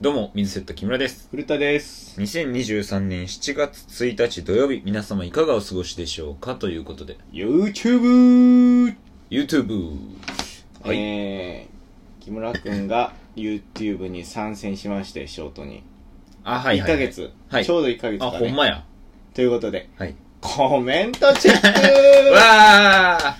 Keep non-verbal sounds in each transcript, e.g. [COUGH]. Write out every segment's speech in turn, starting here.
どうも、水セット木村です。古田です。 2023年7月1日土曜日、皆様いかがお過ごしでしょうかということで、 YouTube! YouTube! はいえー、木村くん [LAUGHS] が YouTube に参戦しまして、ショートに。あ、はい1はい、はヶい。月。はいちょうど1ヶ月あ、か、ね。ほんまや。ということで、はい。コメントチェッう [LAUGHS] クわ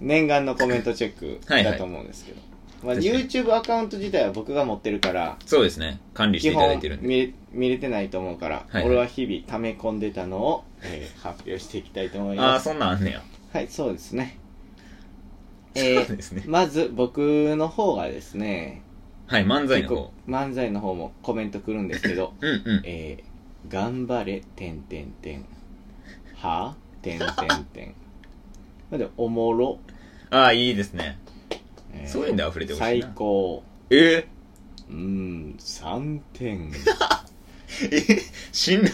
念願のコメントチェックはいはいだと思うんですけど。確かまあ、に YouTube アカウント自体は僕が持ってるから、ーそうですね。管理して基いただ本いてるんで。見れ見れてないと思うから、はい俺は日々溜め込んでたのを、えー発表していきたいと思いあまー、す。そんなんあんねや。はい、そうですね。え [LAUGHS] そうーですね。 [LAUGHS] まず僕の方がですねはい、漫才の結方構。漫才の方もコメントくるんですけどうんうん。えー、頑張れてんてんてんはてんてんてんまあでもおもろ、あー、いいですね。えそういうので溢れてほしいな最高えうーん3点ー、え、辛辣。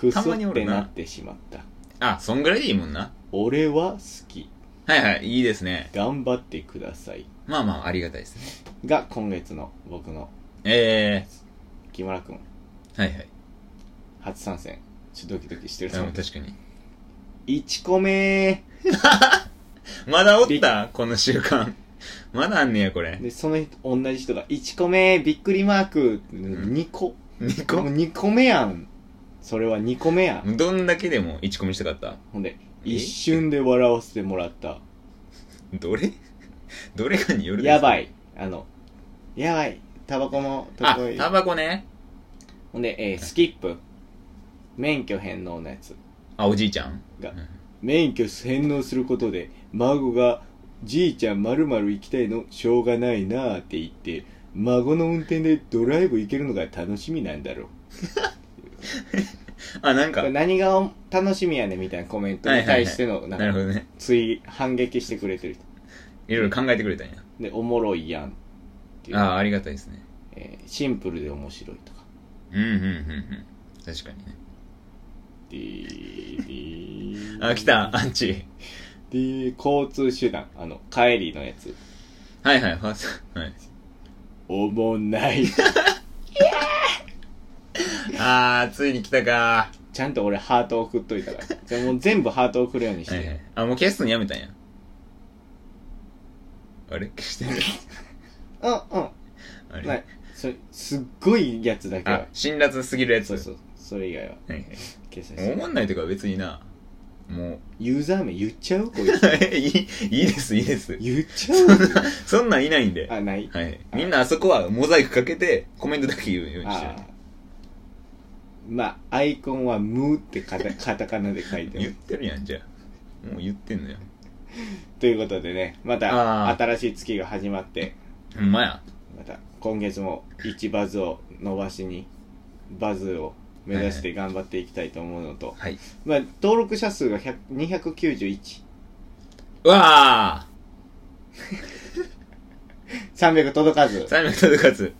くす [LAUGHS] たまにっおてるななってしまったあ、そんぐらいでいいもんな。俺は好きはいはい、いいですね。頑張ってくださいまあまあ、ありがたいですね。が今月の僕のえ木村君ー、はいはい。初参戦ちょっとドキドキしてるあと思う確かに。 1個目まだおったこの習慣。 [LAUGHS] まだあんねや、これ。 [LAUGHS] で、その人、同じ人が、1個目、びっくりマーク、ん2個。 2もう2個目やん。それは2個目やん。個どんだけでも1個見したかったほんで、え一瞬で笑わせてもらった。どれ [LAUGHS] どれかによるですやば。い。あの、やばい。タバコのとあこ、へタバコね。ほんで、えースキップ。免許返納のやつ。あ、おじいちゃん。がうん免許返納することで、孫が、じいちゃんまるまる行きたいの、しょうがないなーって言って、孫の運転でドライブ行けるのが楽しみなんだろう。あ、なんかこれ。何がお楽しみやねんみたいなコメントに対してのなんなるほかどね。追反撃してくれてる人いろいろ考えてくれたんや。でおもろいやんっていう、ああ、ありがたいですね。えーシンプルで面白いとかうんうんうんうん。確かにね。でーあ、来た、アンチ。でー交通手段あの帰りのやつはいはい、ファースト。はい。おもんない [LAUGHS] あー、ついに来たかちゃんと俺ハート送っといたからじゃあもう全部ハート送るようにしはて、いはい。あ、もう消すのやめたんや。あれ消してる。うんうんあまあれそすっごいやつだけあは、辛辣すぎるやつ。そうそうそれ以外ははいはい掲載す思るわないとか別になもユーザー名言っちゃうこいつう [LAUGHS] いいいいですいいです言っちゃう [LAUGHS] そんなんいないんで、あないはい、みんなあそこはモザイクかけてコメントだけ言うようにしてるああまあアイコンは「ム」って [LAUGHS] カタカタカナで書いて言っるてるやんじゃあもう言ってんのよということでねまあたあ新しい月が始まってほんまやまた今月も1バズを伸ばしにバズを目指して頑張っていきたいと思うのと、はいまあ、登録者数が100 291うわあ300届かず最後に届か [LAUGHS] ず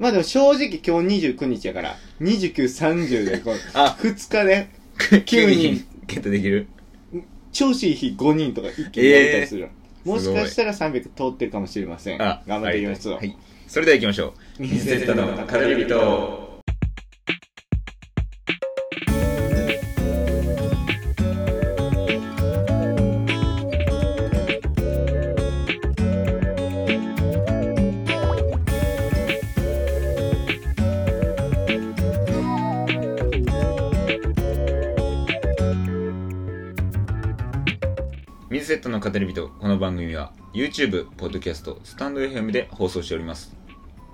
まあでも正直今日29日やから2930でこうあ2日で9人ゲットできる調子いい日5人とか一気にやりたりする、もしかしたら300通ってるかもしれませんあ頑張っていきましょう、はいそれでは行きましょう水セットの語り人水セットの語り人この番組は YouTube、ポッドキャスト、スタンド FM で放送しております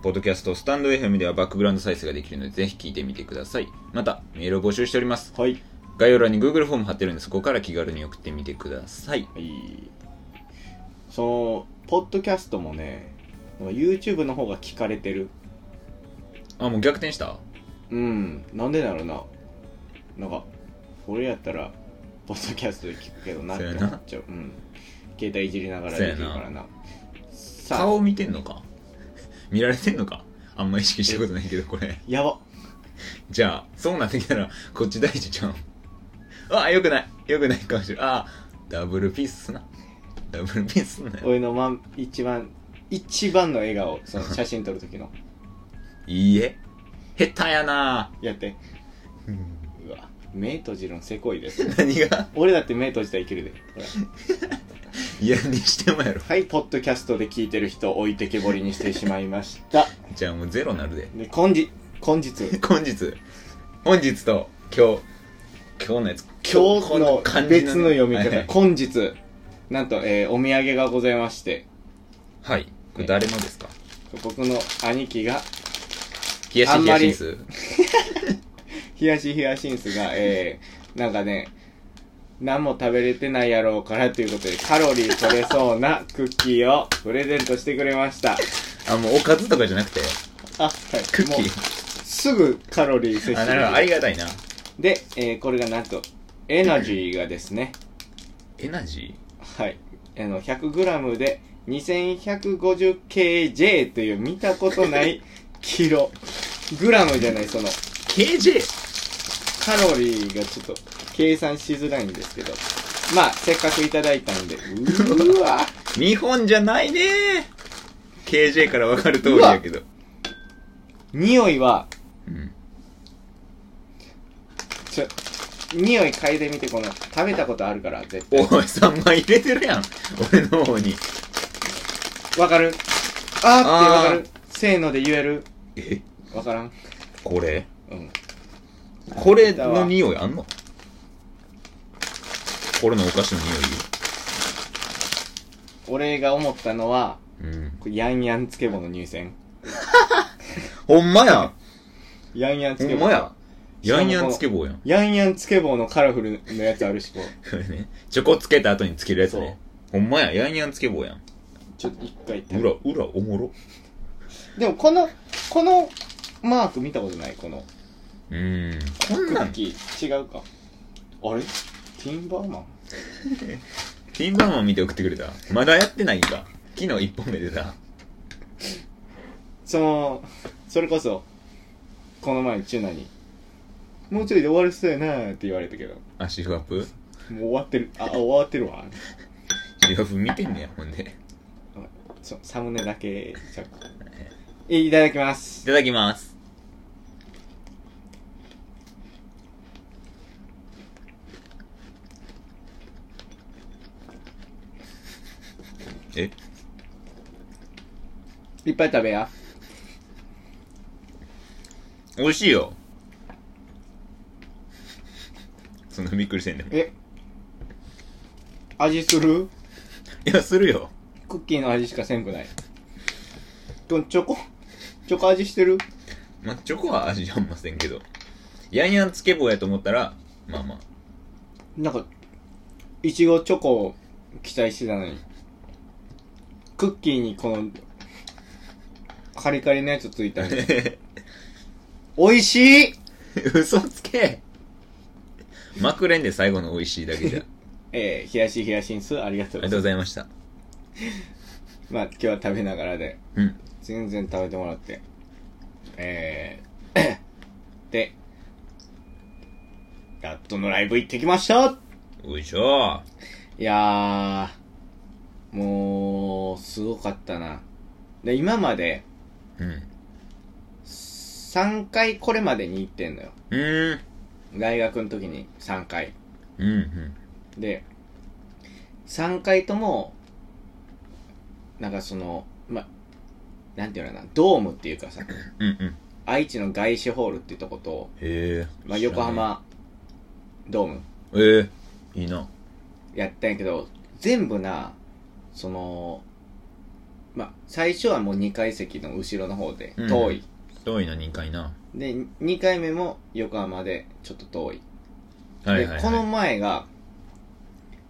ポッドキャスト、スタンド FM ではバックグラウンド再生ができるのでぜひ聞いてみてくださいまたメールを募集しておりますはい概要欄に Google フォーム貼ってるんでそこから気軽に送ってみてくださいはいそのポッドキャストもね YouTube の方が聞かれてるあもう逆転したうんなんでだろうななんか俺やったらポッドキャストで聞くけどなって思っちゃううん携帯いじりながらできるからなさあ顔見てんのか [LAUGHS] 見られてんのかあんま意識したことないけどこれやばじゃあそうなってきたらこっち大事ちゃうんあよくないよくないかもしれないあダブルピースすなダブルピースすなよ俺のまん一番一番の笑顔その写真撮る時のいいえ下手やなやってうわ目閉じるのせこいです [LAUGHS] 何が俺だって目閉じたらいけるでほらいやにしてもやろはいポッドキャストで聞いてる人置いてけぼりにしてしまいましたじゃあもうゼロなるでで今日今日 [LAUGHS] 本日本日と今日今日のやつ今日の別の読みはい方、はい本日なんと、えーお土産がございましてはいこれ誰のですか僕の兄貴が冷やあしん冷やましりんす冷やし冷やしんすが、えー、なんかね、何も食べれてないやろうからということで、カロリー取れそうなクッキーをプレゼントしてくれました。あもうおかずとかじゃなくてあ、はい。クッもキうーすぐカロリー摂取あでなきるほどありるがたいなで、えー、これがなんと、エナジーがですね、 [CLEARS THROAT] エナジはい。あの、100g で 2150kJ という見たことないキロ。グラムじゃない、その、ー ?KJ? カロリーがちょっと計算しづらいんですけど、まあ、せっかくいただいたんで、うーわ、見本じゃないねー KJ から分かる通りやけど匂いは、うんちょ、匂い嗅いでみて、この、食べたことあるから、絶おい対。 3枚入れてるやん俺の方にわかるあーってわかあるせーので言えるえわからんこれうん。これの匂いあんのこれのお菓子の俺が思ったのは、匂いうんこれヤンヤン漬物入選。ほんまやヤンヤンほ漬んま物。やしかやもんやんつけ棒やん [LAUGHS] ヤンヤン漬物のカラフルのやつあるし、こう。これねチョコつけた後につけるやつねほんまややんやんつけ棒やん [LAUGHS] ちょっと一回食べうらうらおもろでもこの、このマーク見たことないこの。うーんこクんなんッテキー違うかあれティンバーマンィンバーマン見て送ってくれたまだやってないんか昨日1本目出たそのそれこそこの前チュナに「もうちょいで終わりそうやな」って言われたけどもあシフアップう終わってるあ終わってるわシフアップ見てんねやほんでそサムネだけじゃいただきまいすただきますえいっぱい食べや美味しいよそんなびっくりしてんでもいえ味するやするよクッキーの味しかせんくないこのチョコチョコ味してるまあチョコは味あんませんけどヤンヤンつけ棒やと思ったらまあまあ [LAUGHS] なんかいちごチョコを期待してたのにクッキーにこのカリカリのやつついたん [LAUGHS] で美味しい嘘つけまくれんで最後の美味しいだけじゃえー、冷やし冷やしんすありがあとうりがとうございましたまあ今日は食べながらでうん全然食べてもらってえー、 [CLEARS THROAT] でやっとのライブ行ってきましたおいしょいやーもうすごかったなで今までうん3回これまでに行ってんのようーん大学の時に3回うんうんで3回ともなんかそのまなんていうのかなドームっていうかさうんうん。愛知の外資ホールっていうとこと、へえ。まあ、横。浜ドームええ。いいな。やったんやけど全部なそのまあ最初はもう2階席の後ろの方でうん遠い、遠いな、2階な。で2回目も横浜でちょっと遠いはいはい、はい。でこの前が、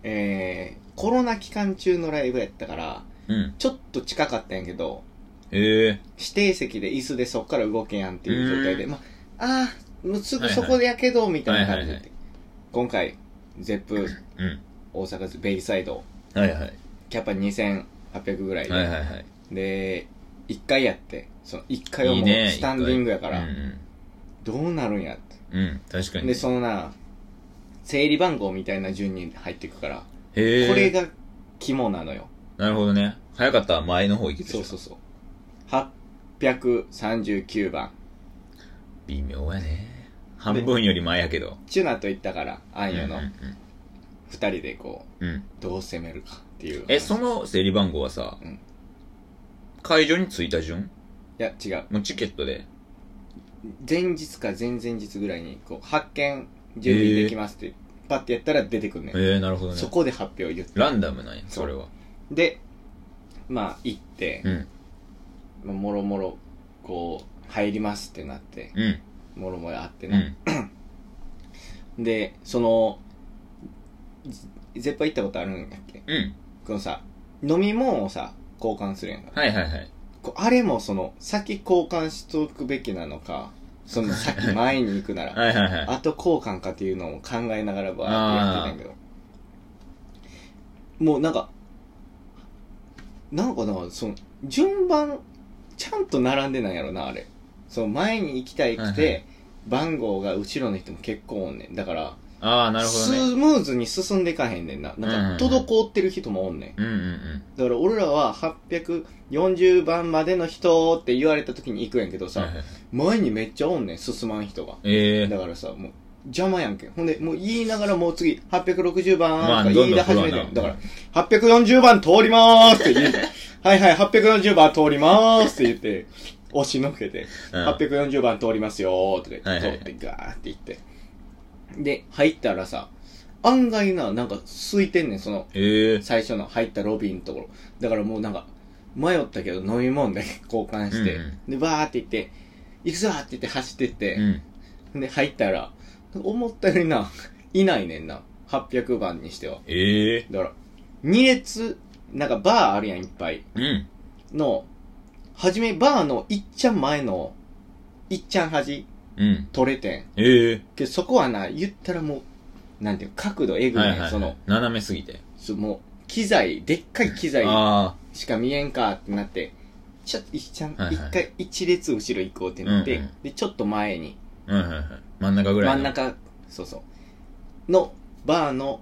えー、コロナ期間中のライブやったから、うん。ちょっと近かったんやけど、へえ。指定席で椅子でそっから動けやんっていう状態で、うまあ、あーもうすぐそこでやけど、みたいな感じで、はいはい今回、ゼップうん。大阪ベイサイド、はいはい。キャパ2800ぐらいで、はいはいはい。で、1回やって、その1回はいもいうね。スタンディングやから、一回うんどうなるんやって。うん。うん。確かに。で、そのな、整理番号みたいな順に入っていくから、へえ。これ。が肝なのよ。なるほどね。早かったら前の方行けてそうそうそう。8 639番微妙やね半分より前やけどチュナと言ったからアンヨのうん2人でこうんうんうどう攻めるかっていう話えその整理番号はさ、うん会場に着いた順いや違うもうチケットで前日か前々日ぐらいにこう発見準備できますって、パッてやったら出てくるねええー、なるほどねそこで発表言ってランダムなんやそうそれはでまあ行ってう、んまあもろもろこう入りますってなってうんもろもろあってうな、んでそのぜ絶対行ったことあるんだっけうんこのさ飲み物をさ交換するやんかはいはいはいこうあれもその先交換しとくべきなのかその先前に行くなら [LAUGHS] はいはいはい後交換かっていうのを考えながらバーってやってたんやけどもうなんかなんかなその順番ちゃんと並んでないやろなあれその前に行きたいくて、はいは番号が後ろの人も結構おんねんだからああなるほどスねムーズに進んでいかへんねんななんかうんうんうん滞ってる人もおんねんうんうんうんだから俺らは840番までの人って言われた時に行くんやけどさ、はいはい前にめっちゃおんねん進まん人がええだからさもう邪魔やんけほんでもう言いながらもう次860ま番あとか言い出始どんどん来めてるわんなだから840番通りまーすって言うてはいはい840番通りまーすって言って押しのけてうん840番通りますよーってはいはい通ってガーって行ってで入ったらさ案外ななんか空いてんねんそのええ最初の入ったロビーのところだからもうなんか迷ったけど飲み物だけ [LAUGHS] 交換して、うんうんでバーって行って行くぞーって言って走ってって、うんで入ったら思ったよりないないねんな800番にしてはええだから2列なんかバーあるやんいっぱいうんの初めバーのいっちゃん前のいっちゃん端うん取れてんええけどそこはな言ったらもうなんていうの角度えぐいねん、はいはいその斜めすぎてそもう機材でっかい機材あしか見えんかってなって、ちょっと一ちゃん、はいはい一回一列後ろ行こうってなって、うんうんで、ちょっと前に、あはいはいはい真ん中ぐらいの真ん中、そうそう、のバーの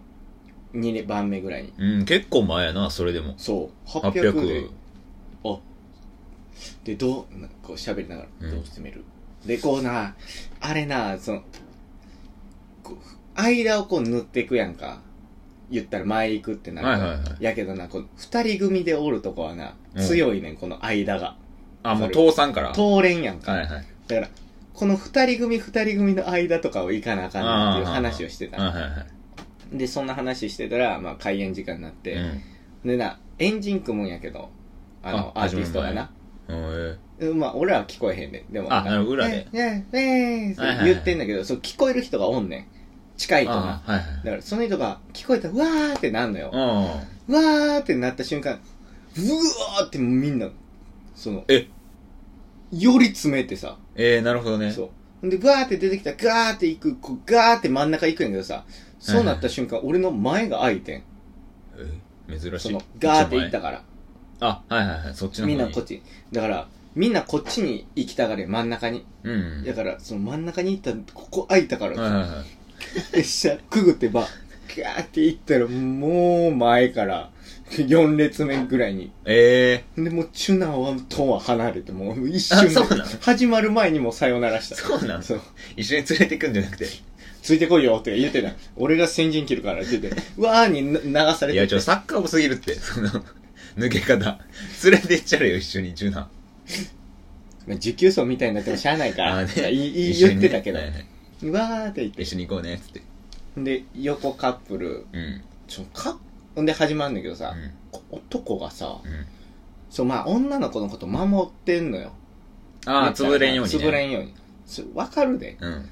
2番目ぐらいに。うん結構前やなそれでもそう、800で800、で、どう、なんかこう喋りながうら、んどう詰める、で、こうな、あれな、その、こう間をこう塗っていくやんか。言ったら前行くってなるから。はいはいはいやけどな、この二人組でおるとこはな、うん強いねん、この間が。あもう倒産から通れんやんか。はいはいだから、この二人組二人組の間とかを行かなあかんなっていう話をしてはいた。はいはいで、そんな話してたら、まあ、開演時間になって。うでな、エンジン組むんやけど、あの、あアーティストがな。んうんえうんまあ、俺らは聞こえへんで。でも、あなるほど裏でね。ねえ、ねえ、って言ってんだけど、そう、聞こえる人がおんねん。近いえとあな。はいはいだから、その人が聞こえたら、うわーってなんのよ。うんうわーってなった瞬間、うわーってみんな、その、えより詰めてさ、ええなるほどねそう。ほんで、ガーって出てきたら、ガーって行く、こうガーって真ん中行くんやけどさ、そうなった瞬間、俺の前が開いてん。え珍しそいの、ガーって行ったから。あはいはいはいそっちの方みにんなこっち。だから、みんなこっちに行きたがれ、真ん中に。うんだから、その真ん中に行ったら、ここ開いたかはいはら、いはい列車くぐってば、ガーって行ったら、もう前から、4列目ぐらいに。えで、もうチュナは、とは離れて、もう一あそうな瞬ので、始まる前にもうさよならしえた。そうなんそう。一緒に連れてくんじゃなくてついてこいよって言ってた。俺が先陣切るからっ [LAUGHS] て言って、うわーにな流されいてやてちょサッカー多すぎるってその [LAUGHS] 抜け方連れてっちゃうよ一緒にジュナまあ受給層みたいになってもしゃあないから、あいねいい一緒言にねってたけど、はいはいうわーって言って。一緒に行こうねっつってで、横カップル、うんちょ、カッほんで始まるんだけどさ、うん男がさ、うんそう、まあ女の子のこと守ってんのよ。ああ潰れんようにね潰れんように。それわかるで。うん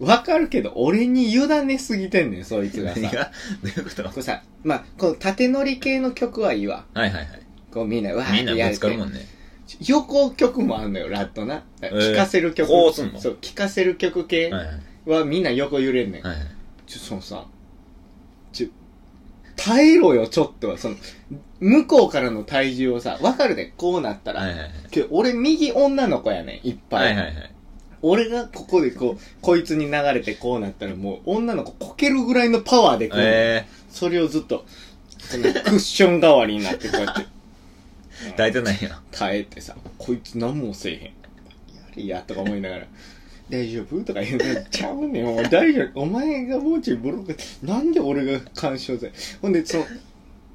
わかるけど、俺に委ねすぎてんねん、そいつが何さ。が [LAUGHS] どういうことこうさ、まあ、この縦乗り系の曲はいいわ。はいはいはいこうみんな、わーみっんてやなぶれつかてるも。んね横曲もあんのよ、ラットな。ー聞かせる曲。こうすんのそう、聞かせる曲系はいはいはみんな横揺れんねん。はいはいちょ、そのさ、ちょ、耐えろよ、ちょっとは。その、向こうからの体重をさ、わかるで、こうなったら。はいはいはいけど俺、右女の子やねん、いっぱい。はいはいはい俺がここでこう、こいつに流れてこうなったら、もう、女の子こけるぐらいのパワーでこう、えそれをずっと、そのクッション代わりになって、こうやって。耐えてないやん。耐えてさ、こいつ何もせえへん。やれや、とか思いながら、 [LAUGHS] 大丈夫とか言うのちゃうねん、お前大丈夫。お前がもうちょいブロック、なんで俺が干渉せ。ほんで、その、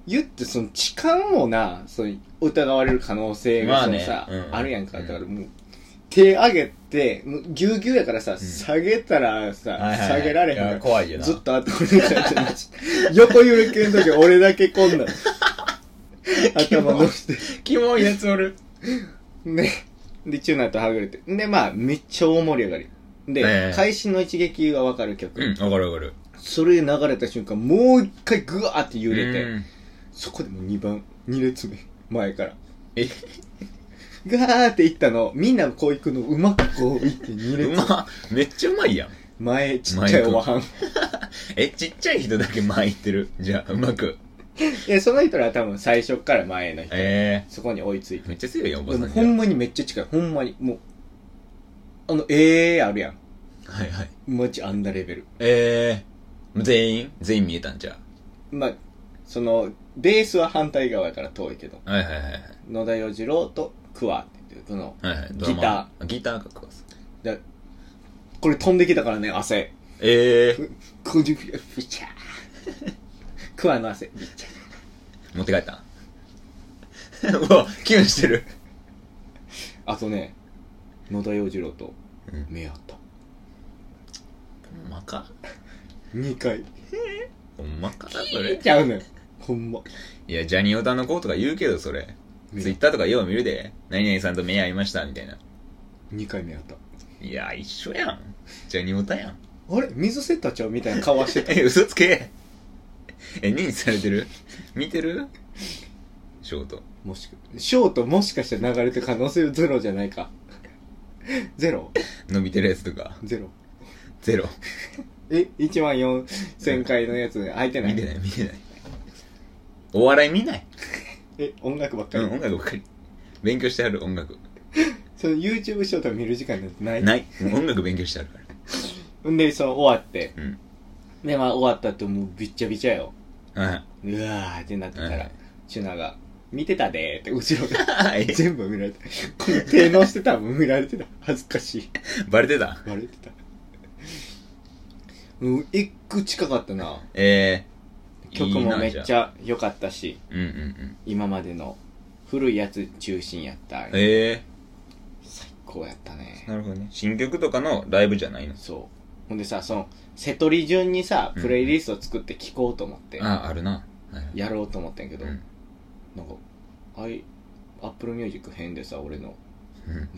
言って、その、痴漢もな、その、疑われる可能性まがあそのねさ、うんあるやんか。だからもう、手上げて、もうぎゅうぎゅうやからさ、下げたらさ、はいはいはい下げられへんいかやら。怖いよなずっとあってこれだけ横揺れ系の時俺だけこんなん [LAUGHS] 頭乗して。キモいやつおる。で、で、チューナーとはぐれて。で、まあ、めっちゃ大盛り上がり。で、ええ会心の一撃がわかる曲。うん、わかるわかる。それ流れた瞬間、もう一回グワーって揺れうて、んそこでもう2番、2列目、前から。え、 [LAUGHS] ガーって行ったの、みんなこう行くの、うまくこう行 [LAUGHS] って2う列目。まめっちゃうまいやん。前、ちっちゃいおばはん。え、ちっちゃい人だけ前行ってる。じゃあ、うまく。で、その人らは多分最初から前の人。えそこに追いついー。て。めっちゃ強いやん、おばでさも、んほんまにめっちゃ近い。ほんまに、もう、あの、ええー、あるやん。はいはい。マジあんなレベル。えー。全員全員見えたんじゃまあ、その、ベースは反対側やから遠いけど、う。はいはいはいはい。野田洋次郎とクワっていう、この、はいはい。ギター。ギターかこうです。だこれ飛んできたからね、汗。えー。こうじゅびちゃー。クワの汗。びちゃー持って帰ったんうわ、キュンしてる。あとね、野田洋次郎とうん目合った。ほんまか二回。ほんまかそえれ。ちゃうねん。ほんま。いや、ジャニオタの子とか言うけど、それ。ツイッターとかよう見るで。何々さんと目合いました、みたいな。二回目合った。いや、一緒やん。ジャニオタやん。あれ水セッターちゃうみたいな顔はしてた。え、嘘つけ。え、認知されてる見てるショート。 [LAUGHS] もしく、ショートもしかして流れてる可能性ゼロじゃないか。ゼロ伸びてるやつとか。ゼロ。ゼロ。え ?1 万4000回のやつ開いてな見いてない、見てない。お笑い見ない。え、音楽ばっかうり、ん、音楽ばっかり。勉強してある、音楽。その YouTube ショート見る時間なんてないない。もう音楽勉強してあるから。んで、その終わって。うん。で、まあ終わった後もうびっちゃびちゃよ。はうわーってなってたはらい、チュナが、見てたでーって後ろがい。全部見られて。この手のしてたのも見られてた。恥ずかしい。バレてたバレてた。うん、一句近かったな。えー。曲もめっいいなちじゃあゃ良かったし、うんうんうん。今までの古いやつ中心やった。え最高やったねえ。なるほどね。新曲とかのライブじゃないのそうほんでさその瀬戸利順にさうんプレイリストを作って聴こうと思って、ああ、あるな。はいはいやろうと思ってんけど、うんなんかあいアップルミュージック編でさ俺のうんなんか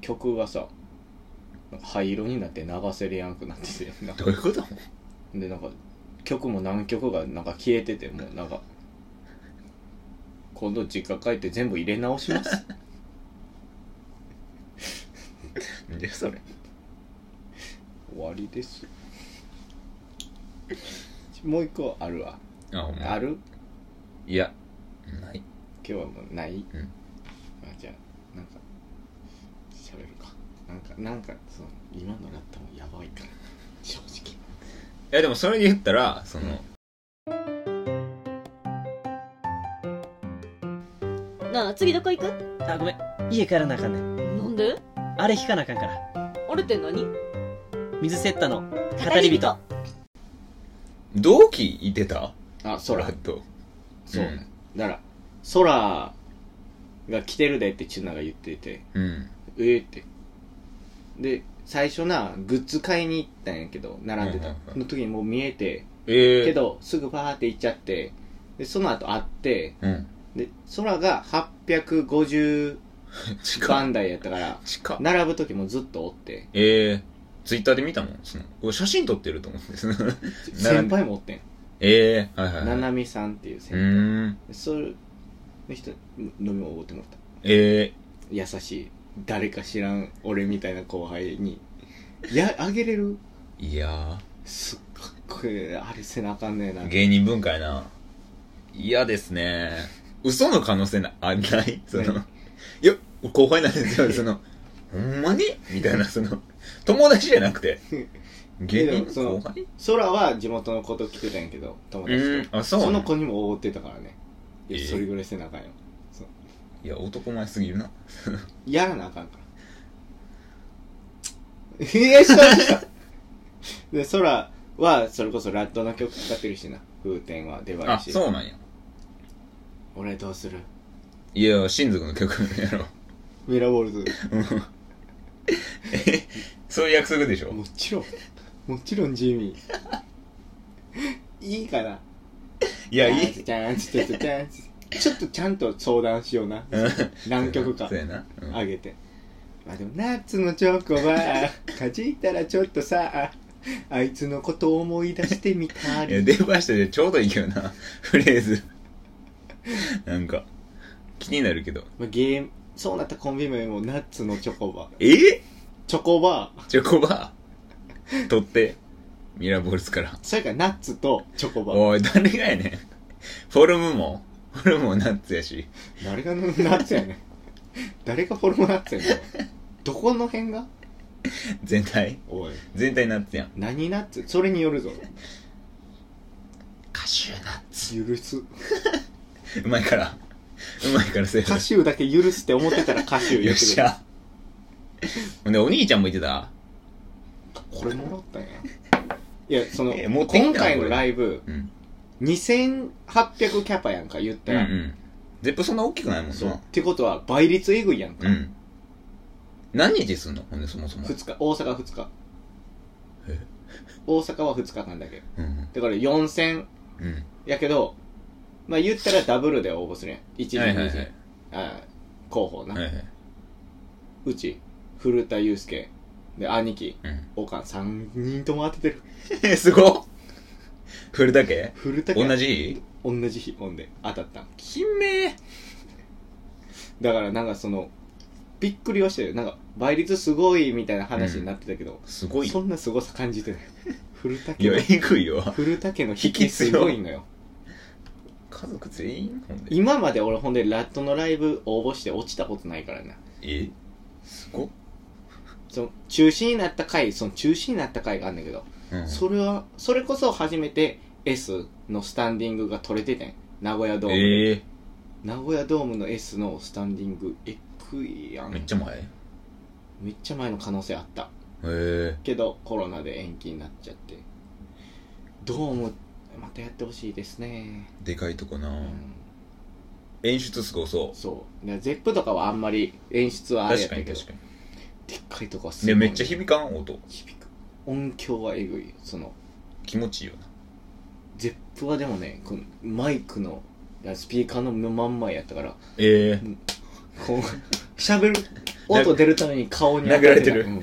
曲がさなんか灰色になって流せれやんくなっててな [LAUGHS] んかどういうことでなんか曲も何曲がなんか消えててもうなんか今度実家帰って全部入れ直します [LAUGHS] じゃそれ。終わりですもう一個あるわ、あ、ほんまあるいや、ない。今日はもうない、うんあじゃあなんか喋るかなんかなんかその今のラッタもやばいから正直いやでもそれで言ったらその、なあ次どこ行くあごめん家帰らなあかんねんなんであれ引かなあかんからあれって何水セッタの語り人同期いてたトあ空ラッドそうね、だから空が来てるでってチュナが言っててうんええってで最初なグッズ買いに行ったんやけど並んでた、うんうんうんその時にもう見えてええけどすぐバーって行っちゃってでその後会ってうんで空が850近番台やったから近並ぶ時もずっとおってええツイッターで見たもんそのこれ写真撮ってると思うんです [LAUGHS] ね先輩もおってんええはいはいはないなみさんっていう先う輩、ーんそれの人飲み物おごってもらったえ優しい誰か知らん俺みたいな後輩にやあげれるえいやすっごいあれせなあかんねえなー芸人文化やな嫌ですね嘘の可能性なあない [LAUGHS] その、ないいや後輩なんです [LAUGHS] よそのほんまにみたいなその友達じゃなく [LAUGHS] て芸で人もその後輩空は地元の子と来てたんやけど友達うとんあそうなんの子にもおごってたからねいやええそれぐらいせなあかんよ、そういや男前すぎるなやらなあかんから。いや、そうで [LAUGHS] した。で、空は、それこそラッドの曲かかってるしな。風天は出張ありし。そうなんや俺どうするいや親族の曲やろミラーボール [LAUGHS] ズ。えそういう約束でしょもちろん。もちろん、ジミー。いいかな。いやいいじゃん、ちょっと、じゃん、ちょっとちゃんと相談しような。 [LAUGHS] 何曲かそうやな、うんあげて。まあでも、ナッツのチョコ [LAUGHS] は、かじったらちょっとさ、あいつのことを思い出してみたいや、り。出ましたでちょうどいいけどな、フレーズ。なんか、気になるけど。まあ、ゲーム、そうなったコンビ名も、ナッツのチョコバ。えチョコバ、チョコバー取って、ミラーボールズから。それからナッツとチョコバ。おい、誰がやねん。フォルムも、フォルムもナッツやし。誰がナッツやねん。誰がフォルムナッツやねん。どこの辺が全体おい。全体ナッツやん。何ナッツそれによるぞ。カシューナッツ。許す。うまいから。うまいからセー歌フ。集だけ許すって思ってたら歌集よ言っってくしれる。ゃ。ほんで、お兄ちゃんも言ってたこれもらったんや。いや、その、え持ってきたの今回このれライブ、うん。 2800キャパやんか、言っうたんうら。ん。ゼップそんな大きくないもんな。そう。ってことは、倍率えぐいやんか。うん。何日すんのほんで、そもそも。 2日、大阪2日え。大阪は2日間だけ。うん。だから4000、うん。やけど、まあ言ったらダブルで応募するやん。1時、はいはいは2い時。あー候補な。はいはい。うち、古田祐介。で、兄貴、うん。おかん、3人とも当ててる。え、すごっ振るだけ古田家同じ同じ日、ほんで、当たったん。金名だからなんかその、びっくりはしてる。なんか、倍率すごいみたいな話になってたけど、すごい。そんな凄さ感じてない。古田い家や、の、えぐいよ。古田家の引きすごいのよ。家族全員ほんで。今まで俺ほんで、ラットのライブ応募して落ちたことないからな。えすごっその、中止になった回、その中止になった回があるんだけど、うん。それは、それこそ初めて S のスタンディングが取れててん。名古屋ドームで。え名古屋ドームの S のスタンディング、えっくいやーん。めっちゃ前へめっちゃ前の可能性あった。えけど、コロナで延期になっちゃって。ドーム、またやってほしいですね。でかいとこなうん演出すごそそう。でゼップとかはあんまり演出う。はあれや確ったかけにど、で確かに。っかいとこはすごで、い。めっちゃ響かん音。響く。音響はえぐい。その、気持ちいいよな。ゼップはでもね、このマイクの、スピーカーの真ん前やったから、えこう、喋る、音出るために顔に殴られてるうん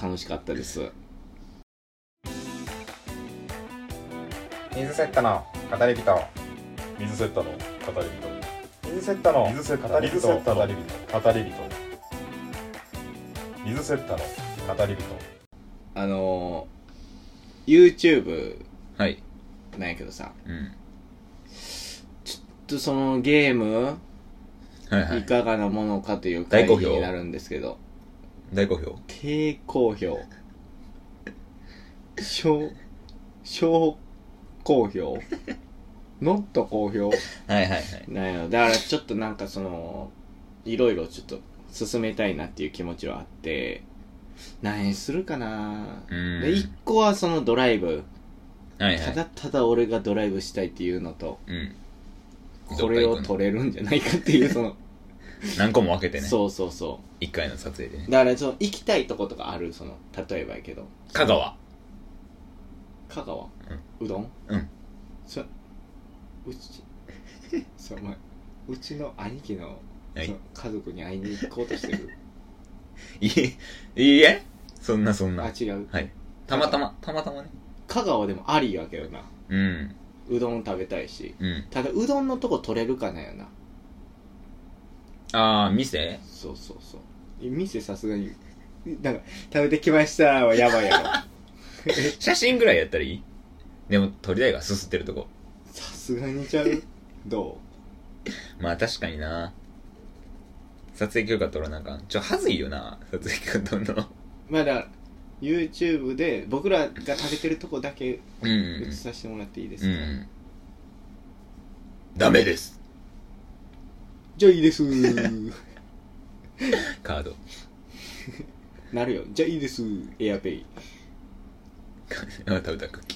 楽しかったです。水セットの語り人水セッタの語り水セットの人水セッタの語り人語り人語り人水セッタの語り人あのー、YouTube ー、はい。なんやけどさ、うん。ちょっとそのゲーム、はいはいい。かがなものかという会大好議評になるんですけど、大好評。低好評。小、小好評。ノット好評。はいはいはい。なんやろだからちょっとなんかそのいろいろちょっと進めたいなっていう気持ちはあって何するかなうで一ん。個はそのドライブはいはたい。だただ俺がドライブしたいっていうのとうん。これを取れるんじゃないかっていうその何個も分けてね。そうそうそ一回の撮影でねう。だからその行きたいとことかあるその例えばやけど香川。香川、うどんうんそう [LAUGHS] うちそうお前うちの兄貴のはいその家族に会いに行こうとして [LAUGHS] るいえ、いいえ、そんなそんあな。違うはい。たまたま、たまたまね。香川でもありやけどなうん、うどん食べたいしうん。ただうどんのとこ取れるかなよなああ、店そうそうそう店さすがになんか食べてきましたはやば [LAUGHS] いやろ写真ぐらいやったらいいでも、撮りたいがすすってるとこ。さすがにちゃうどまあ確かにな。撮影許可取らなあかん。ちょ、はずいよな。撮影許可取るの。うまあだから YouTube で僕らが食べてるとこだけうんうん映させてもらっていいでうん。うすか、ん。ダメです。じゃあいいですカード。なるよじゃあいいですエアペイあ食べたクッ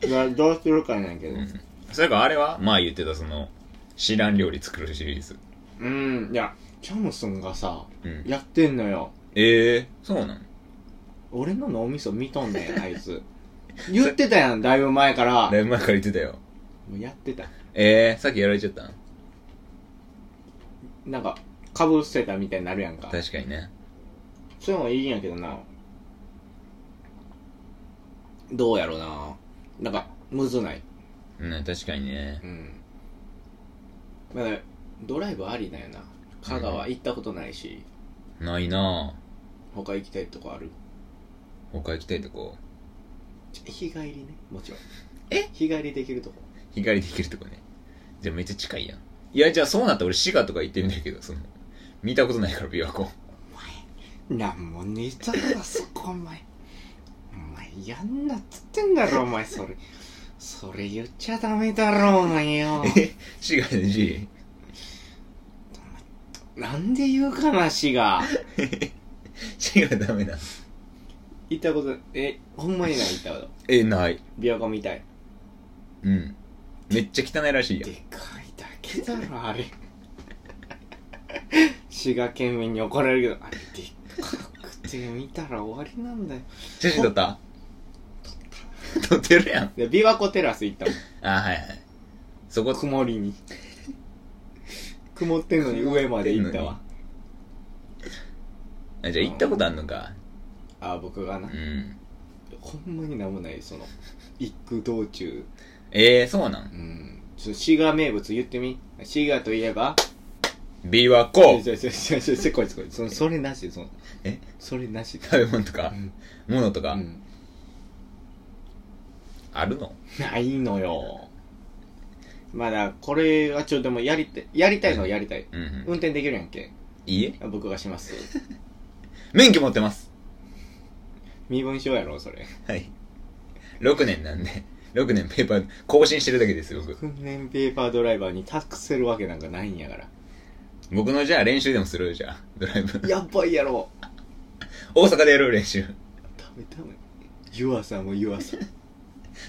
キなどうするかなんやけどー。それからあれは前言ってたその、知らん料理作るシリーズ。うんいやチャムスンがさうん。やってんのよええそうなの俺の脳みそ見とん [LAUGHS] ねんあいつ言ってたやんだいぶ前からだいぶ前から言ってたよ。もうやってたええさっきやられちゃったんなんかかぶせたみたいになるやんか確かにね。そういうのいいんやけどなどうやろななんかむずないうん、確かにねう。んまだドライブありだよな香川行ったことないし、ないなぁ。他行きたいとこある他行きたいとこ。ち日帰りねもちろんえ日帰りできるとこ日帰りできるとこね。じゃあめっちゃ近いやん。いや、じゃあそうなったら俺滋賀とか行ってみたいけど、その、見たことないから琵琶湖。なんもねえだろそこお前お前やんなっつってんだ [LAUGHS] ろお前それそれ言っちゃダメだろお前 [LAUGHS] よ [LAUGHS] 滋賀で G? なんで言うかなしが滋賀ダメなの。行ったことえほんまにない行ったことえ、ない。琵琶湖みたいうん。めっちゃ汚いらしいやんで。かいだけだろ [LAUGHS] あれ滋賀県民に怒られるけどあれでっかくて見たら終わりなんだよ写真撮った [LAUGHS] 撮ってるやん。で琵琶湖テラス行ったもんあ、はいはい。そこ、曇りに曇ってんのに上まで行ったわあじゃあ行ったことあんのか。あ僕がなうん。ほんまになんもないその行く道中ええー、そうな。うんんちょ滋賀名物言ってみ滋賀といえば琵琶ちょ湖ちょちょちょちょちょこいつこいつそのそれなしそのえそれなし食べ物とか、うん物とうか、んあるのないのよまだこれはちょっとでもやりたいやりたいのはやりたいうんうん。運転できるやんけいいえ僕がします [LAUGHS] 免許持ってます。身分証やろそれはい。6年なんで、6年ペーパー更新してるだけです、僕。訓練ペーパードライバーに託せるわけなんかないんやから僕のじゃあ練習でもするじゃあ、ドライブ。やばいやろ大阪でやろう練習。ダメダメ湯浅も湯浅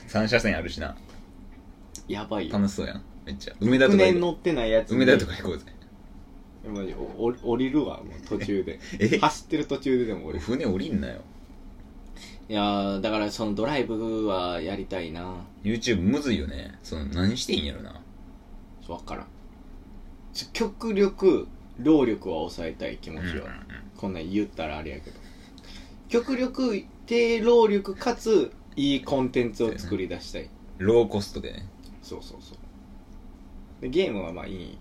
3車線あるしな。やばいよ楽しそうやん。めっちゃ。梅田訓とか練行こ乗ってないやつう。に梅田とか行こう [LAUGHS] ぜ。マジおお降りるわもう途 [LAUGHS] 中でえ走ってる途中ででも降りる船降りんなよ。いやーだからそのドライブはやりたいな YouTube むずいよねその何していいんやろなわからんちょ極力労力は抑えたい気持ちは、こんなん言ったらあれやけど極力低労力かついいコンテンツを作り出したいローコスト [LAUGHS] でねそうそうそうでゲームはまあいい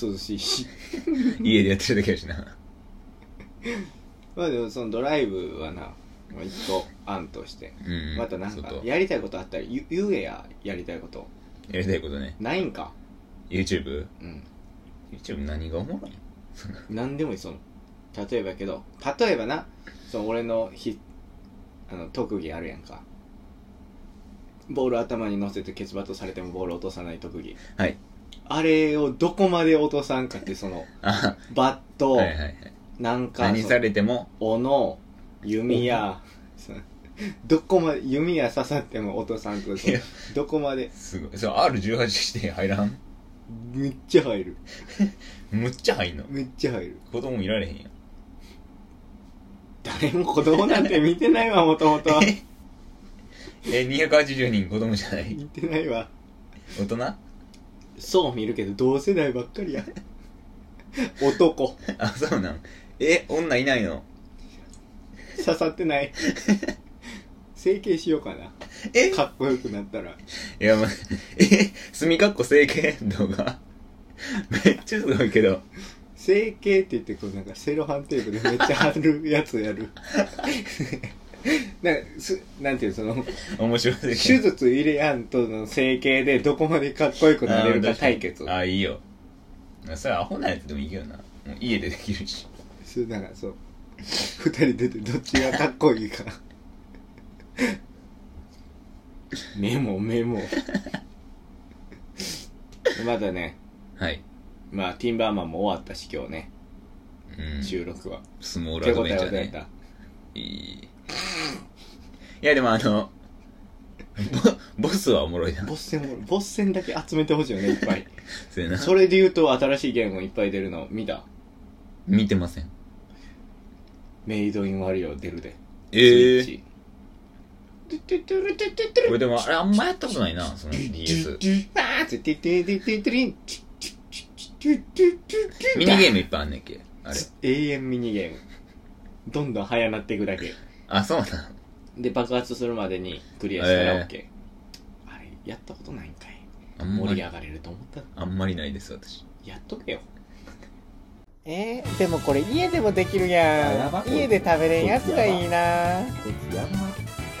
涼しいし家でやってるだけやしなまあでもそのドライブはなまあ一個案としてうんまたなんか外ややりたいことあったらゆ言えややりたいことりたいことねないんか YouTubeYouTube うん YouTube 何がおもろい何でもいいその例えばやけど例えばなその俺のひあの特技あるやんかボール頭に乗せてケツバットされてもボール落とさない特技はいあれをどこまで落とさんかってその [LAUGHS] あバット、はいはいはいなんか何そさのれても斧弓矢 [LAUGHS] そのどこまで弓矢刺さっても落とさんとそのいやどこまですごいそう R18 して入らんめっちゃ入るむっちゃ入んのめっちゃ入る子供いられへんやん誰も子供なんて見てないわもともとはえ280人子供じゃない見てないわ大人あそう見るけど同世代ばっかりや男そうなんえ女いないの刺さってない整形しようかなえかっこよくなったらいやまあえ墨かっこ整形動画めっちゃすごいけど整形って言ってこうなんかセロハンテープでめっちゃ貼るやつ [LAUGHS] やるなんかすなんていうその面白いけど手術入れやんとの整形でどこまでかっこよくなあーれるか確に対決あーいいよそれアホなやつでもいいけどなもう家でできるしそうなんかそう二人出てどっちがかっこいいか [LAUGHS] メモメモまだねはいまあティンバーマンも終わったし今日ねうん、収録は、スモール手アド応えベンチャはーどうやっねいたいいやでもあ [LAUGHS] のボボスはおもろいなボス戦もボス戦だけ集めてほしいよねいっぱい [LAUGHS] それなそれで言うと新しいゲームいっぱい出るの見た見てませんメイドインワリオ出るでええスイッチトゥトゥルトゥトゥトゥルこれでもあれあんまやったことないなその DS あーってテテテテテリンチュッチュッチュッチュッチュッチュッミニゲームいっぱいあんねんけあれ永遠ミニゲームどんどん早なっていくだけあそうなので爆発するまでにクリアしたら OK、あれやったことないんかいあんま盛りり上がれると思ったらあんまりないです私やっとけよえー、でもこれ家でもできるやん家で食べれんやつがいいな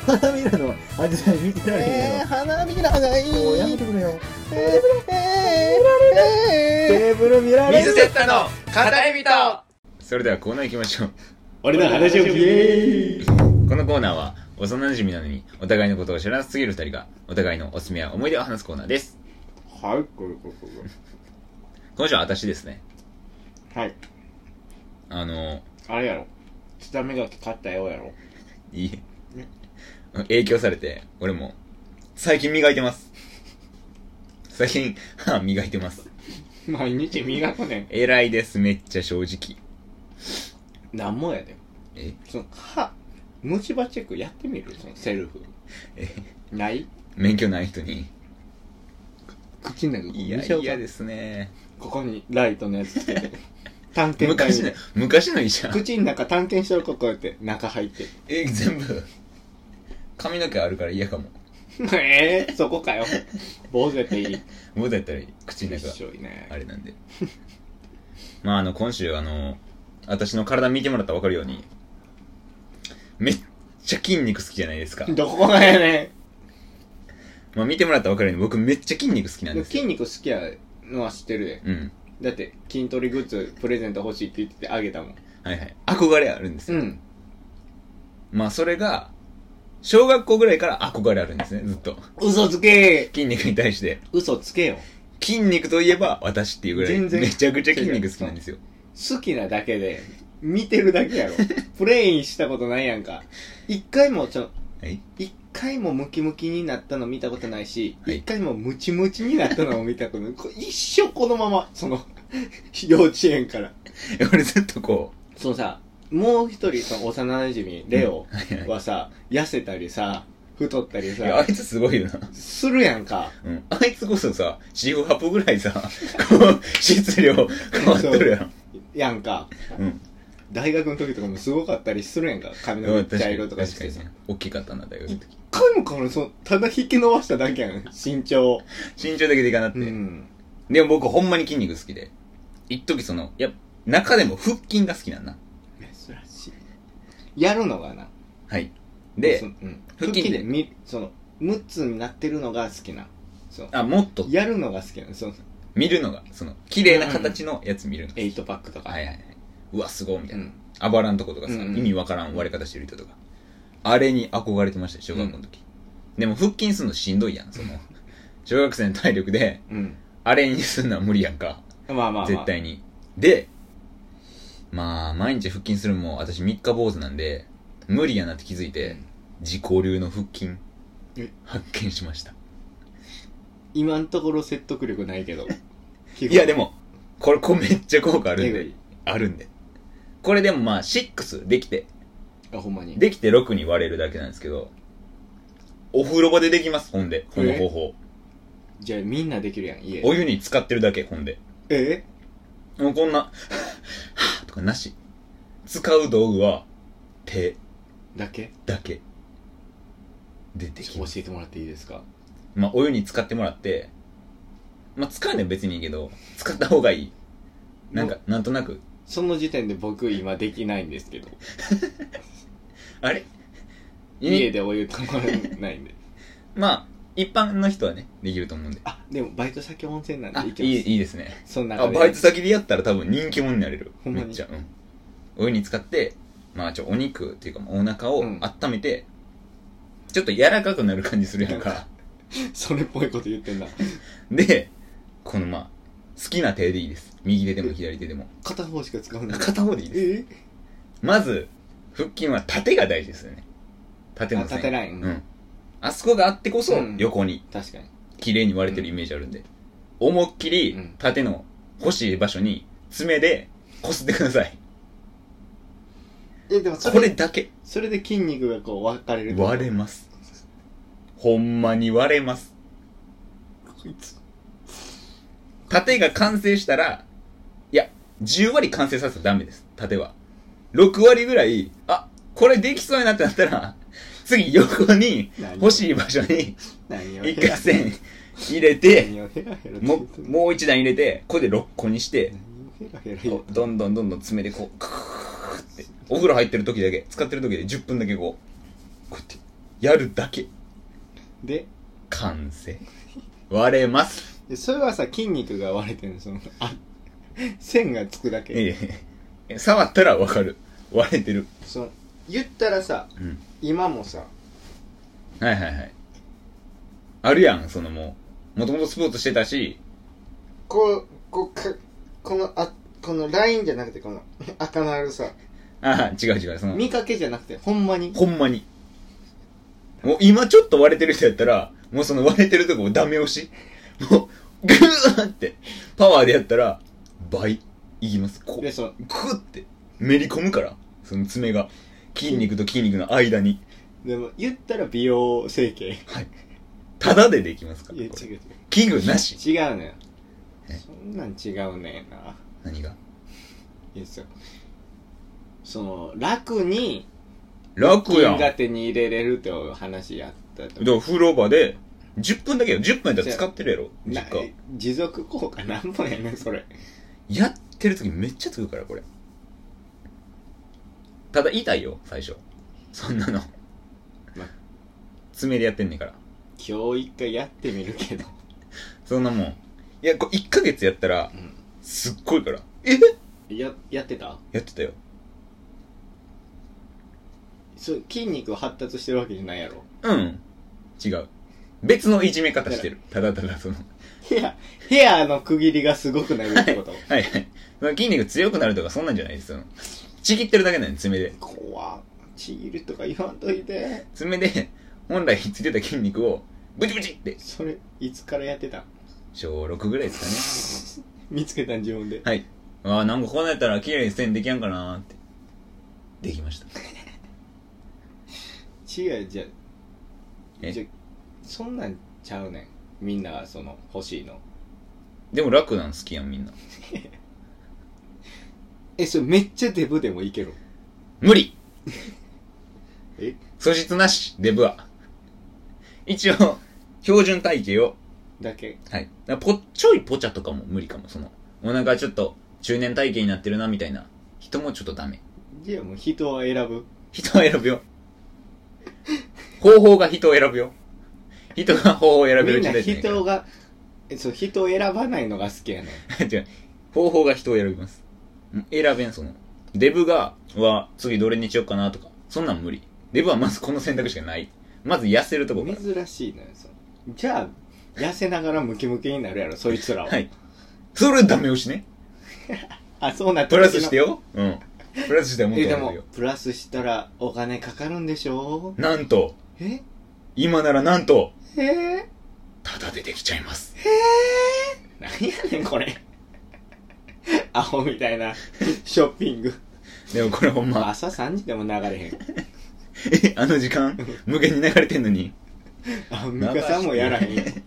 花びらのアジサイ見てられへんえやー、花びらがいいろもうやめてくれよえー、えー、えテーブル見られ水るセッタの語り人それではコーナー行きましょう俺の話を聞けこのコーナーは幼馴染なのにお互いのことを知らなすぎる二人がお互いのおすすめや思い出を話すコーナーですはいこれこれ今週は私ですねはいあのあれやろ舌磨き買ったよやろいい影響されて俺も最近磨いてます最近歯磨いてます毎日磨くね偉いですめっちゃ正直んなんもやでえその歯虫歯チェックやってみるそのセルフえない免許ない人に口の中いや虫歯をいやですねここにライトのやつつけて探検隊昔のに昔の医者口の中探検してるここうやって中入ってえ全部髪の毛あるから嫌かもええそこかよ。坊主やっていい。僕だったら口の中一緒いねあ。れなんでまああの今週あの私の体見てもらったら分かるようにめっちゃ筋肉好きじゃないですか、どこがやねまあ、見てもらったら分かるように僕めっちゃ筋肉好きなんん。ですよ筋肉好きやのは知ってるで。うんだって、筋トレグッズプレゼント欲しいって言っててあげたもん。はいはい憧れあるんですうよ、ん。まあそれが小学校ぐらいから憧れあるんですねずっと嘘つけ筋肉に対して嘘つけよ。筋肉といえば私っていうぐらい全然めちゃくちゃ筋肉好きなんですよ好きなだけで、見てるだけや [LAUGHS] ろ。プレインしたことないやんか。一回もちょ、はい [LAUGHS] 一回もムキムキになったの見たことないし、はい一回もムチムチになったのも見たことない。 [LAUGHS] こ一生このまま、その、 [LAUGHS] 幼稚園から。俺ずっとこそのさもう一人その幼馴染レオうはいはいはさ、痩せたりさ太ったりいやあさいつすごいよなするやんかうん、あいつこそさ、シーフハップぐらいさ、こう、質量変わっとるやん。やんかうん。大学の時とかもすごかったりするやんか髪の毛茶色とかし確かてにさね。大きかったな、大学の時。髪も変わるそのただ引き伸ばしただけやん身長身長だけでいかなって。うんでも僕ほんまに筋肉好きで。一時その、いや、中でも腹筋が好きなんだ。珍しいやるのがなはい。そで、のうん腹腹筋筋ででみその6つになってるのが好きなそうあ、もっとやるのが好きなのその見るのが、その、綺麗な形のやつ見るの。 8パックとかはいはいはい。うわ、すごい、みたういな。んあばらんとことかさ、うんうん意味わからん割れ方してる人とか。あれに憧れてましたよ、小学校の時。でも腹筋するのしんどいやん、その。小学生の体力で、うんあれにすんのは無理やんか。まあまあまあ絶対に。で、まあ、毎日腹筋するのも、私3日坊主なんで、無理やなって気づいて、自己流の腹筋え、発見しました。今のところ説得力ないけど [LAUGHS] いや、でもも、これ、これめっちゃ効果ああるんで、あるんで。これでもまあ、6できて、あほんまにできて6に割れるだけなんですけど、お風呂場でできます、ほんで。この方法。じゃあみんなできるやん家お湯に浸かってるだけ、ほんで。えもうこんな、はぁとかなし。使う道具は、手。だけだけ出てちきょっまとす教えてもらっていいですかまあお湯に使ってもらってまあ使うのは別にいいけど使った方がいいなんかなんとなくその時点で僕今できないんですけどあれ家ででお湯たまらな [LAUGHS] いんでまあ一般の人はねできると思うんであでもバイト先温泉なんであい行きますいいいですねそんなあバイト先でやったら多分人気者になれるほんめまにっちゃうんお湯に使ってまあちょお肉っていうかまあお腹をうん温めて、ちょっと柔らかくなる感じするやんかそれっぽいこと言ってんだでこのまあ好きな手でいいです。右手でも左手でも。片方しか使わない。片方でいいです。えまず、腹筋は縦が大事ですよね。縦のあ縦ラインうん。あそこがあってこそうん、横に、確かに。綺麗に割れてるイメージあるんで。思いっきりうん、縦の欲しい場所に、爪で、こすってください。え、でもそこれ、れだけ、それで筋肉がこう分かれる。割れます。ほんまに割れます。縦が完成したら、いや、10割完成させたらダメです。縦は。6割ぐらい、あ、これできそうになってなったら、次横に、欲しい場所に、何を一回線入れて、何をヘラヘラ聞いてんのも、もう一段入れて、これで6個にして、何をヘラヘラ言うこうどんどんどんどん爪でこう、クーって、お風呂入ってる時だけ、使ってる時で10分だけこう、こうやって、やるだけ、で、完成。割れます。でそれはさ、筋肉が割れてるの、その、あ、線がつくだけ。ええ。触ったらわかる。割れてる。その、言ったらさ、うん。今もさ、はいはいはい。あるやん、そのもう。もともとスポーツしてたし、こう、こう、かこの、あ、このラインじゃなくて、この、赤のあるさ、ああ、違う違う、その、見かけじゃなくて、ほんまに。ほんまに。もう今ちょっと割れてる人やったら、もうその割れてるとこをダメ押し。もう、グーって、パワーでやったら、倍、いきます。こう、グで、その、ーって、めり込むから、その爪が、筋肉と筋肉の間に、でも、言ったら美容整形。いただでできますから。や、違これう違う。器具なし。違うのよえそんなん違うねんな何がいやそうその楽に楽や銀ん。だ河か手に入れれるっていう話やったとら風呂場で、10分だけよ。10分やったら使ってるやろ、な実家。持続効果なんもやねんそれやってる時めっちゃつくから、これ。ただ痛いよ、最初。そんなのま。爪でやってんねんから。今日一回やってみるけどそんなもん。いや、これ1ヶ月やったらうん、すっごいから。えややってたやってたよ。そう筋肉発達してるわけじゃないやろうん。違う。別のいじめ方してる。ただただその。ヘアヘアの区切りがすごくなるってことはいはい。その筋肉強くなるとかそんなんじゃないですよ。ちぎってるだけなの、爪で。 [LAUGHS] 怖っちぎるとか言わんといて爪で、本来ついてた筋肉を、ブチブチって。それいつからやってた小6ぐらいです見つけたん自分でかね。はい。ああ、なんかこうなったら綺麗に線できやんかなーって。できました。違うじゃえじゃそんなんちゃうねんみんながその欲しいのでも楽なん好きやん、みんな。えそれめっちゃデブでもいける無理え素質なし、デブは。一応、標準体型を。だけはい。だからぽ、ちょいぽちゃとかも無理かも、その。お腹ちょっと中年体型になってるな、みたいな。人もちょっとダメ。じゃあもう人は選ぶ人は選ぶよ。方法が人を選ぶよ。人が方法を選べみるん時な代じゃないから人がえそう人を選ばないのが好きやねん [LAUGHS] 違う。方法が人を選びます。うん選べん、その。デブが、うわ、次どれにしようかなとか。そんなん無理。デブはまずこの選択しかない。まず痩せるとこから。珍しいのよそのじゃあ痩せながらムキムキになるやろそいつらは、はい。それダメ押しね。あそうなったプ時のラスしてよ。うん。プラスしてはもっとえやでるもよ。プラスしたらお金かかるんでしょなんと、え今ならなんと、えー、タダでできちゃいます。何やねんこれ [LAUGHS] アホみたいなショッピングでもこれほんま、朝3時でも流れへん。え、あの時間、無限に流れてんのに、アンミカさんもやらへん。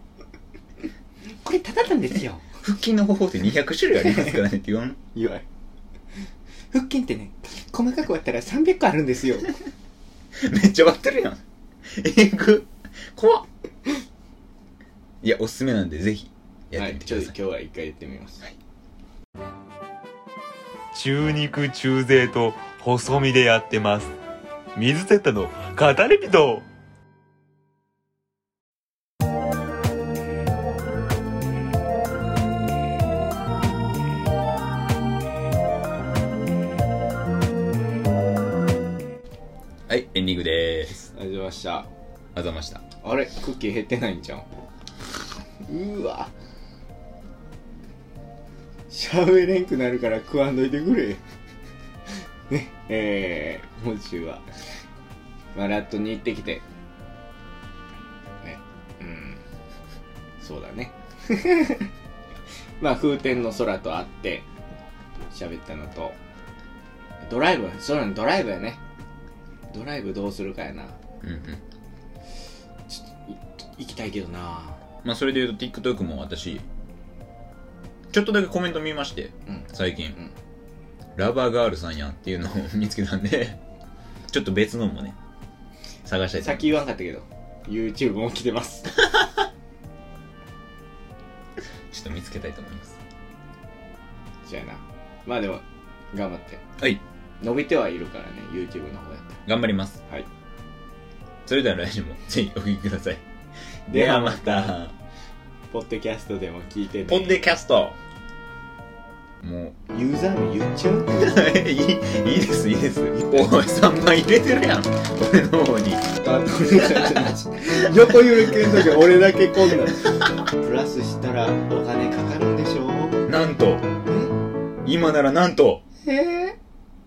これただなんですよ。腹筋の方法って200種類ありますからねって言わん。言わ腹筋ってね、細かく割ったら300個あるんですよ。 [LAUGHS] めっちゃ割ってるやん。えぐ。怖っ。いや、おすすめなんで、ぜひ、やはってい、みてちくょだっとさい。今日は一回やってみます。中肉中背と細身でやってます水セッタの語り人はい、エンディングでーす。ありがとうございました。あざました。あれクッキー減ってないんじゃん。うわ。しゃべれんくなるから食わんといてくれ。 [LAUGHS] ね、えー、今週は、まあ、ラットに行ってきて、ね、うん、そうだね。 [LAUGHS] まあ、風天の空と会って、喋ったのと、ドライブ、そうなの、ドライブやね。ドライブどうするかやな。うんうん。ちょっと、い行きたいけどなまあそれで言うと TikTok も私、ちょっとだけコメント見まして、うん。最近、んラバーガールさんやんっていうのを [LAUGHS] 見つけたんで、ちょっと別のもね、探したいとさっき言わんかったけど、YouTube も来てます。 [LAUGHS] ちょっと見つけたいと思います。じゃあな。まあでも、頑張って。はい、伸びてはいるからね、YouTube の方やっ頑張ります。はい。それでは来週もぜひお聴きください。ででははままたた。た。ポッドキャストでも聞いてね。ポッドキャストもう、ユーザー名言っちゃう [LAUGHS] いい、いいです、いいです。おい、3枚入れてるやん。俺の方に。あの俺たち [LAUGHS] の横揺れ系の時俺だけこんな [LAUGHS] プラスしたらお金かかるんでしょなんと、今ならなんと、ええ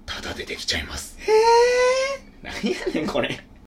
ただでできちゃいます。何やねんこれ